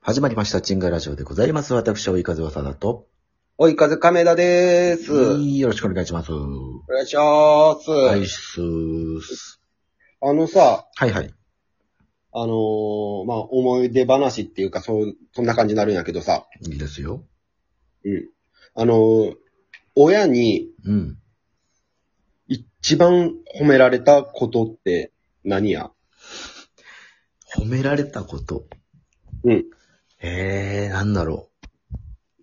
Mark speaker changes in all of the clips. Speaker 1: 始まりました、チンガラジオでございます。私、追い風わさだと。
Speaker 2: 追い風亀田でーす。お
Speaker 1: よろしくお願いします。
Speaker 2: 願いしまーす。
Speaker 1: はい、すーす。
Speaker 2: あのさ、
Speaker 1: はいはい。
Speaker 2: あのー、まあ、思い出話っていうか、そう、そんな感じになるんやけどさ、
Speaker 1: いいですよ。
Speaker 2: あのー、親に
Speaker 1: うん。
Speaker 2: 一番褒められたことって何や
Speaker 1: 褒められたこと。
Speaker 2: うん。
Speaker 1: えー、なんだろ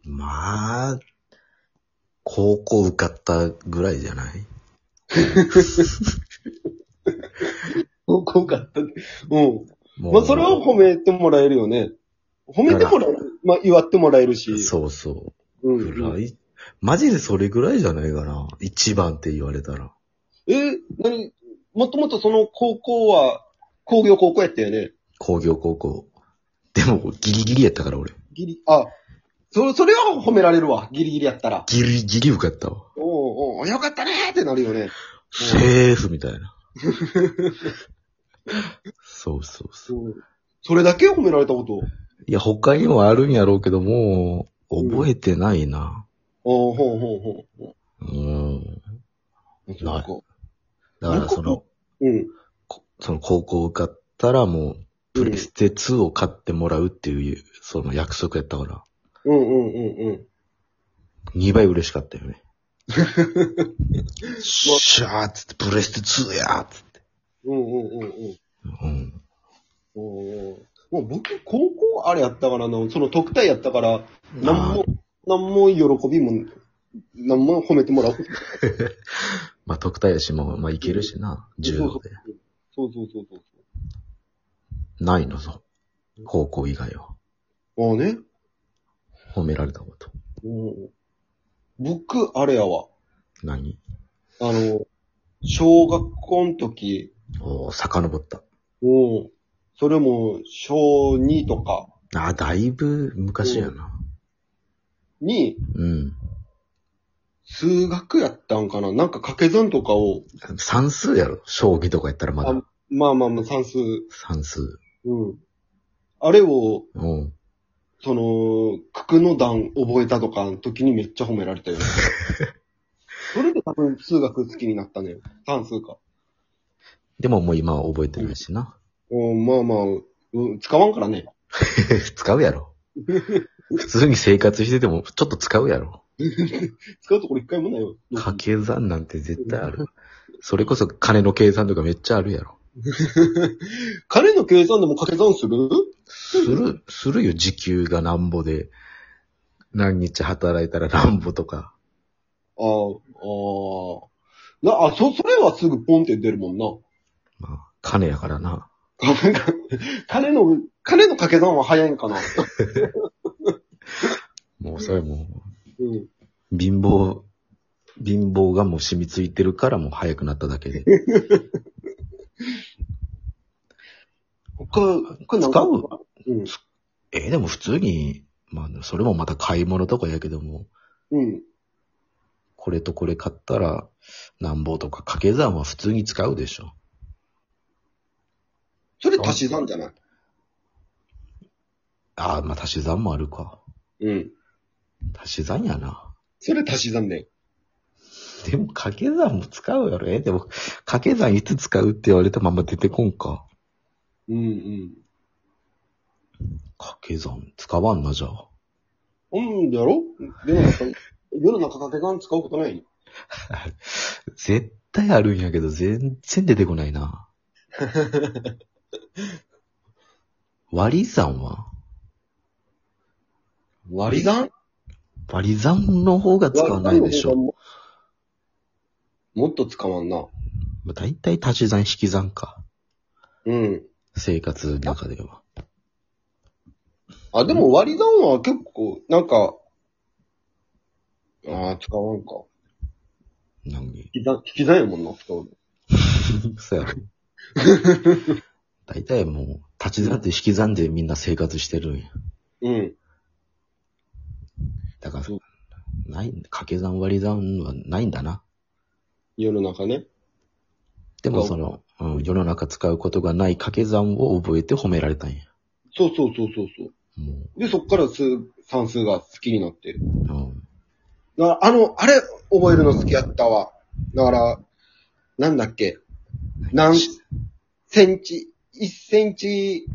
Speaker 1: う。まあ、高校受かったぐらいじゃない
Speaker 2: 高校かった。うん。
Speaker 1: も
Speaker 2: まあ、それは褒めてもらえるよね。褒めてもらえる。まあ、祝ってもらえるし。。
Speaker 1: そうそうう。
Speaker 2: うん、
Speaker 1: ぐらい。マジでそれぐらいじゃないかな。一番って言われたら。
Speaker 2: え、なに、もともとその高校は、工業高校やったよね。
Speaker 1: 工業高校。でも、ギリギリやったから俺。
Speaker 2: ギリ、あ、そ、それは褒められるわ。ギリギリやったら。
Speaker 1: ギリギリ受かったわ。
Speaker 2: おうおうよかったねーってなるよね。
Speaker 1: セーフみたいな。そうそうそう。
Speaker 2: そう。それだけ褒められたこと。
Speaker 1: いや、他にもあるんやろうけど、もう、覚えてないな。
Speaker 2: おうほうほうほう。
Speaker 1: うん。
Speaker 2: そうか
Speaker 1: だから、その、
Speaker 2: うん。
Speaker 1: こその高校受かったらもう、プレステ2を買ってもらうっていう、その約束やったから、
Speaker 2: うんうんうんうん。
Speaker 1: 2倍嬉しかったよ ね。シャーっつって、プレステ2やーっつって。
Speaker 2: うんうんうんうん。
Speaker 1: うん。
Speaker 2: おうおうもう僕、高校あれやったからな、その特待やったから、なんも、なんも喜びも、なんも褒めてもらうこと。
Speaker 1: まあ、特待やし、もう、まあ、いけるしな、柔道で。
Speaker 2: そうそうそうそう。
Speaker 1: ないのぞ。高校以外は。
Speaker 2: まあね。
Speaker 1: 褒められたこと。
Speaker 2: うんうん僕、あれやわ。
Speaker 1: 何
Speaker 2: あの、小学校の時、
Speaker 1: おー遡った。
Speaker 2: うん。それも、小2とか
Speaker 1: あー、だいぶ昔やな。
Speaker 2: に、
Speaker 1: うん。
Speaker 2: 数学やったんかななんか掛け算とかを、
Speaker 1: 算数やろ。将棋とかやったらまだ
Speaker 2: あ。まあまあまあ算数。
Speaker 1: 算数。
Speaker 2: うん。あれを、
Speaker 1: おう
Speaker 2: その、九九の段覚えたとかの時にめっちゃ褒められたよね。それで多分数学好きになったね。算数か。
Speaker 1: でももう今は覚えてないしな。
Speaker 2: うん、まあまあ、うん、使わんからね。
Speaker 1: 使うやろ。普通に生活してても、ちょっと使うやろ。
Speaker 2: 使うところ一回もないよ。
Speaker 1: 掛け算なんて絶対ある。それこそ金の計算とかめっちゃあるやろ。
Speaker 2: 彼の計算でも掛け算する
Speaker 1: する、するよ、時給がなんぼで。何日働いたらなんぼとか。
Speaker 2: ああ、ああ。な、あ、そ、それはすぐポンって出るもんな。
Speaker 1: まあ、金やからな。
Speaker 2: 彼の、彼の掛け算は早いんかな。
Speaker 1: もうそれもう、
Speaker 2: うん。
Speaker 1: 貧乏、貧乏がもう染みついてるからもう早くなっただけ で。
Speaker 2: 他、他なんか
Speaker 1: 使う
Speaker 2: うん。
Speaker 1: えーでも普通に、まあ、それもまた買い物とかやけども、
Speaker 2: うん。
Speaker 1: これとこれ買ったら、なんぼとか掛け算は普通に使うでしょ。
Speaker 2: それ足し算じゃない
Speaker 1: ああ、まあ足し算もあるか。
Speaker 2: うん。
Speaker 1: 足し算やな。
Speaker 2: それ足し算で。
Speaker 1: でも掛け算も使うやろ。えーでも、掛け算いつ使うって言われたまま出てこんか。
Speaker 2: うんうん。
Speaker 1: 掛け算使わんな、じゃあ。
Speaker 2: うん、だろ世の中、世の中掛け算使うことない
Speaker 1: 絶対あるんやけど、全然出てこない な。割り算は
Speaker 2: 割り算
Speaker 1: 割り算の方が使わないでしょ。
Speaker 2: ょ。もっと使わんな。
Speaker 1: まあ大体足し算引き算か。
Speaker 2: うん。
Speaker 1: 生活の中では。
Speaker 2: あ、でも割り算は結構、なんか、ああ、使わんか。
Speaker 1: 何
Speaker 2: 引き算、引き算やもんな、使うの。
Speaker 1: そう やろ。大体もう、足し算と引き算でみんな生活してるんや。
Speaker 2: うん。
Speaker 1: だから
Speaker 2: そう、
Speaker 1: ない、掛け算割り算はないんだな。
Speaker 2: 世の中ね。
Speaker 1: でもその、うん、世の中使うことがない掛け算を覚えて褒められたんや。
Speaker 2: そうそうそうそうそう。
Speaker 1: も
Speaker 2: で、そっから数、算数が好きになって。
Speaker 1: う、うん。
Speaker 2: だから、あの、あれ、覚えるの好きやったわ。だから、なんだっけ。何センチ、1センチ、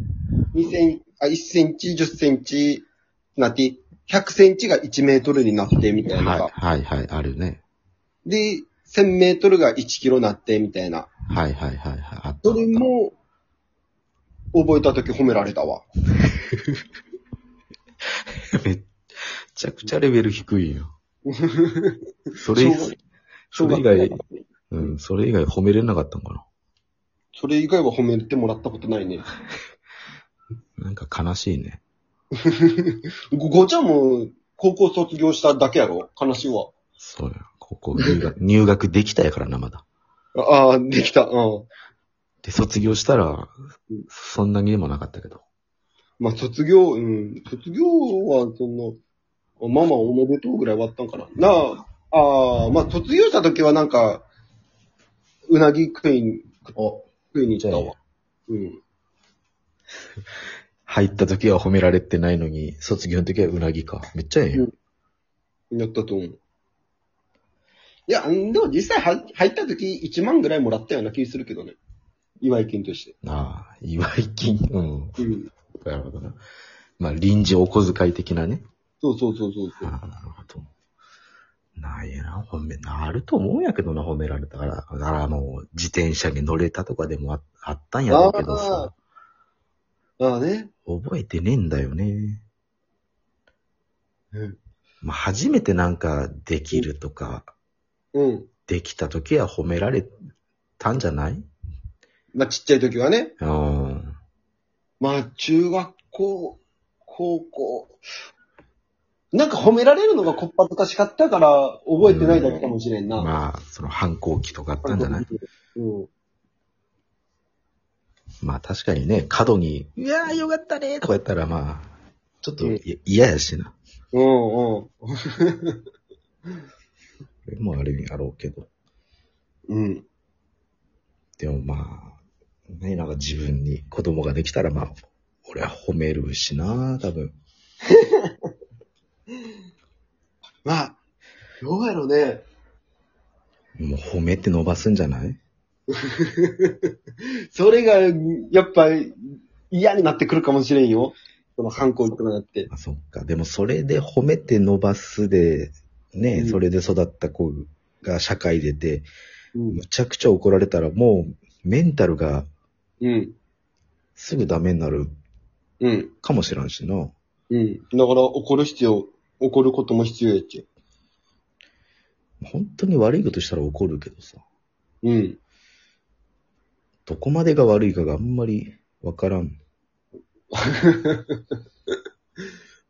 Speaker 2: 2センチ、あ、1センチ、10センチ、なって、100センチが1メートルになって、みたいなのが
Speaker 1: はい、はい、はい、あるね。
Speaker 2: で、1000メートルが1キロなって、みたいな。
Speaker 1: はい、はい、はい、はい。あった
Speaker 2: それも、覚えたとき褒められたわ。
Speaker 1: めっちゃくちゃレベル低いよ。 それ以
Speaker 2: 小学
Speaker 1: 外、それ以外、うん、それ以外褒めれなかったんか
Speaker 2: それ以外は褒めてもらったことないね。
Speaker 1: な。なんか悲しいね。
Speaker 2: ごごちゃんも、高校卒業しただけやろ悲しいわ。
Speaker 1: そうや。ここ入学、 入学できたやからな、まだ。
Speaker 2: ああ、できた。うん。
Speaker 1: で、卒業したら、そんなにでもなかったけど。
Speaker 2: まあ、卒業、うん。卒業は、その、ママおめでとうぐらい終わったんかな。なあ、ああ、まあ、卒業した時はなんか、うなぎ食いに、
Speaker 1: お、
Speaker 2: 食いに行ったわ。うん。
Speaker 1: 入った時は褒められてないのに、卒業の時はうなぎか。めっちゃええやん。
Speaker 2: やったと思う。いや、うんでも実際は入った時1万ぐらいもらったような気するけどね。祝い金として。
Speaker 1: ああ、祝い金。うん。
Speaker 2: うん。
Speaker 1: なるほどな。まあ、臨時お小遣い的なね。
Speaker 2: そうそうそうそうそう。
Speaker 1: ああ、なるほど。ないやな、褒め、なると思うんやけどな、褒められたから。だからもう、自転車に乗れたとかでもああったんやろうけどさ、
Speaker 2: ああね。
Speaker 1: 覚えてねえんだよね。
Speaker 2: うん。
Speaker 1: まあ、初めてなんかできるとか、
Speaker 2: うん。
Speaker 1: できた時は褒められたんじゃない
Speaker 2: まあ、ちっちゃい時はね。
Speaker 1: うん。
Speaker 2: まあ、中学校、高校。なんか褒められるのがこっぱずかしかったから、覚えてないだけかもしれんな。
Speaker 1: まあ、その反抗期とかあったんじゃない
Speaker 2: うん。
Speaker 1: まあ確かにね、過度に、いやーよかったねーとかやったらまあ、ちょっとい嫌やしな。
Speaker 2: うんうん。
Speaker 1: それもあるんやろうけど。
Speaker 2: うん。
Speaker 1: でもまあ、ね、なんか自分に子供ができたらまあ、俺は褒めるしな、多分。
Speaker 2: まあ、どうやろね。
Speaker 1: もう褒めて伸ばすんじゃない
Speaker 2: それが、やっぱ、嫌になってくるかもしれんよ。その反抗とかなって。
Speaker 1: あ、そっか。でもそれで褒めて伸ばすで、ね、
Speaker 2: うん
Speaker 1: それで育った子が社会出て、
Speaker 2: うん
Speaker 1: む。ちゃくちゃ怒られたらもうメンタルが
Speaker 2: うん。
Speaker 1: すぐダメになる
Speaker 2: うん。
Speaker 1: かもしらんしな。
Speaker 2: うん。だから怒る必要、怒ることも必要やっちゃ
Speaker 1: 本当に悪いことしたら怒るけどさ、
Speaker 2: う。うん。
Speaker 1: どこまでが悪いかがあんまりわからん。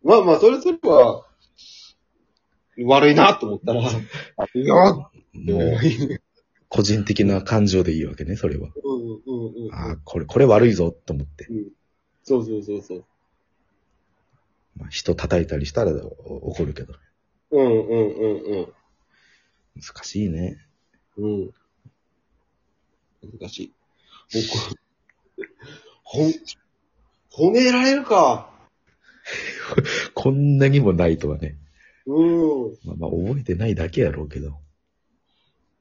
Speaker 2: まあまあ、それすれば、悪いなと思ったら、あいやーっ
Speaker 1: もう、個人的な感情でいいわけね、それは。
Speaker 2: うんうんうんうん。
Speaker 1: ああ、これ、これ悪いぞ、と思って。
Speaker 2: そうそうそうそう。
Speaker 1: まあ、人叩いたりしたらお怒るけど。
Speaker 2: うんうんうん
Speaker 1: 難しいね。
Speaker 2: うん。うん。難しい。ほん、褒められるか。
Speaker 1: こんなにもないとはね。
Speaker 2: うん。
Speaker 1: まあ、まあ、覚えてないだけやろうけど。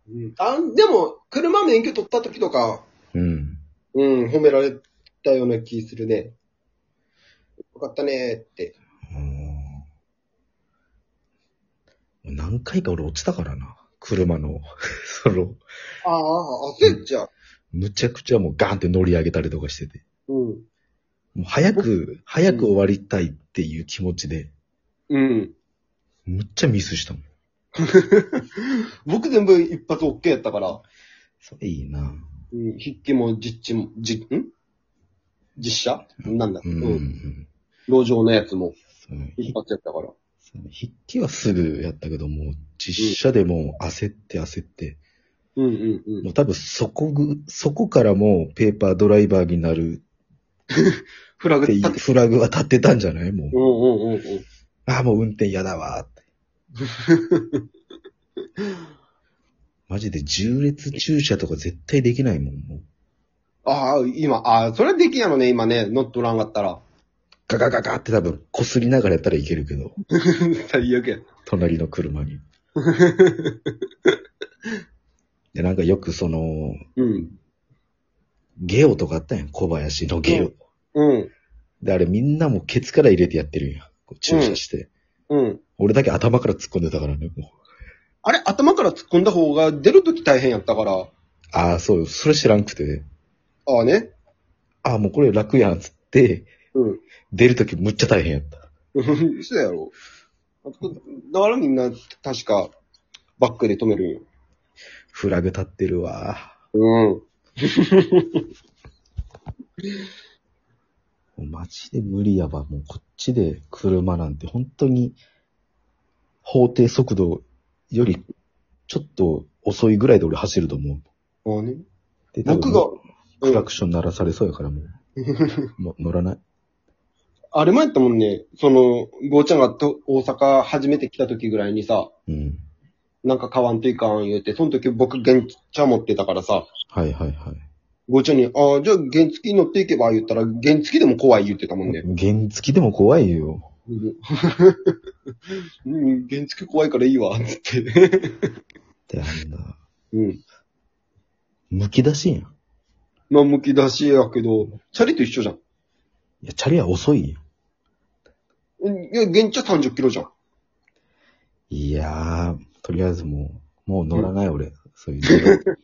Speaker 2: うんあでも、車免許取った時とか、
Speaker 1: うん。
Speaker 2: うん、褒められたような気するね。よかったねーって。
Speaker 1: うん何回か俺落ちたからな。車の、 その、
Speaker 2: ああ、焦っちゃう。
Speaker 1: むちゃくちゃもうガーンって乗り上げたりとかしてて。
Speaker 2: うん。
Speaker 1: もう早く、早く終わりたいっていう気持ちで、
Speaker 2: うん。
Speaker 1: むっちゃミスしたもん。
Speaker 2: 僕全部一発 OK やったから、
Speaker 1: それいいな
Speaker 2: うん、筆記も実地も、じ、ん実写なんだ、
Speaker 1: う
Speaker 2: うんん、
Speaker 1: うんうん。
Speaker 2: 路上のやつも
Speaker 1: そう
Speaker 2: 一発やったから。
Speaker 1: その筆記はすぐやったけども、実写でもう焦って焦って、
Speaker 2: うんうんうん。
Speaker 1: もう多分そこぐ、そこからもうペーパードライバーになる
Speaker 2: フラグ
Speaker 1: っていう
Speaker 2: 立て
Speaker 1: フラグは立ってたんじゃないもう
Speaker 2: う。んうんうんうん。
Speaker 1: ああ、もう運転嫌だわーって。マジで重列駐車とか絶対できないもん、もう。
Speaker 2: ああ、今、ああ、それはできんやろね、今ね、乗っ取らんかったら。
Speaker 1: ガガガガって多分、擦りながらやったらいけるけど、
Speaker 2: 最悪や。
Speaker 1: 隣の車に。で、なんかよくその、
Speaker 2: うん。
Speaker 1: ゲオとかあったやん。小林のゲオ。
Speaker 2: うん。
Speaker 1: で、あれみんなもうケツから入れてやってるんや。こう注射して。
Speaker 2: うん。
Speaker 1: 俺だけ頭から突っ込んでたからね、もう。
Speaker 2: あれ、頭から突っ込んだ方が出るとき大変やったから。
Speaker 1: ああ、そうよ。それ知らんくて。
Speaker 2: ああね。
Speaker 1: ああ、もうこれ楽やん、つって、
Speaker 2: うん。
Speaker 1: 出るときむっちゃ大変やった。
Speaker 2: うんそうやろ。だからみんな、確か、バックで止めるんよ。
Speaker 1: フラグ立ってるわ。
Speaker 2: うん。
Speaker 1: もうマジで無理やば。もうこっちで車なんて本当に、法定速度よりちょっと遅いぐらいで俺走ると思う。
Speaker 2: ああね。
Speaker 1: で
Speaker 2: 僕が、、
Speaker 1: ク
Speaker 2: う
Speaker 1: ラ
Speaker 2: ん
Speaker 1: クション鳴らされそうやからも う、もう乗らない。
Speaker 2: あれもやったもんね。その、坊ちゃんがと大阪初めて来た時ぐらいにさ、
Speaker 1: うん。
Speaker 2: なんか買わんといかん言うて、その時僕原茶持ってたからさ、
Speaker 1: はいはいはい。
Speaker 2: 坊ちゃんに、ああ、じゃあ原付き乗っていけば言ったら、原付きでも怖い言ってたも んね。
Speaker 1: 原付きでも怖いよ。
Speaker 2: うん、原付き怖いからいいわ、つって。
Speaker 1: ってあんな。
Speaker 2: うん。
Speaker 1: むき出しやん。
Speaker 2: まあ、むき出しやけど、チャリと一緒じゃん。
Speaker 1: いや、チャリは遅いよ。
Speaker 2: うんいや、原茶30キロじゃん。
Speaker 1: いやー、とりあえずもう、もう乗らない俺。そういう自 動、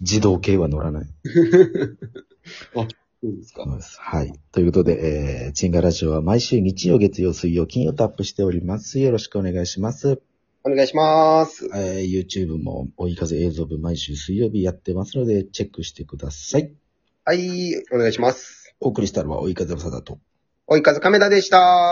Speaker 1: 自動系は乗らない。
Speaker 2: そうですか。
Speaker 1: はい。ということで、えー、チンガラジオは毎週日曜、月曜、水曜、金曜とアップしております。よろしくお願いします。
Speaker 2: お願いします。
Speaker 1: えー、YouTube も追い風映像部毎週水曜日やってますので、チェックしてください。
Speaker 2: はい、お願いします。
Speaker 1: お送りしたのは追い風のさだと。
Speaker 2: 追い風亀田でした。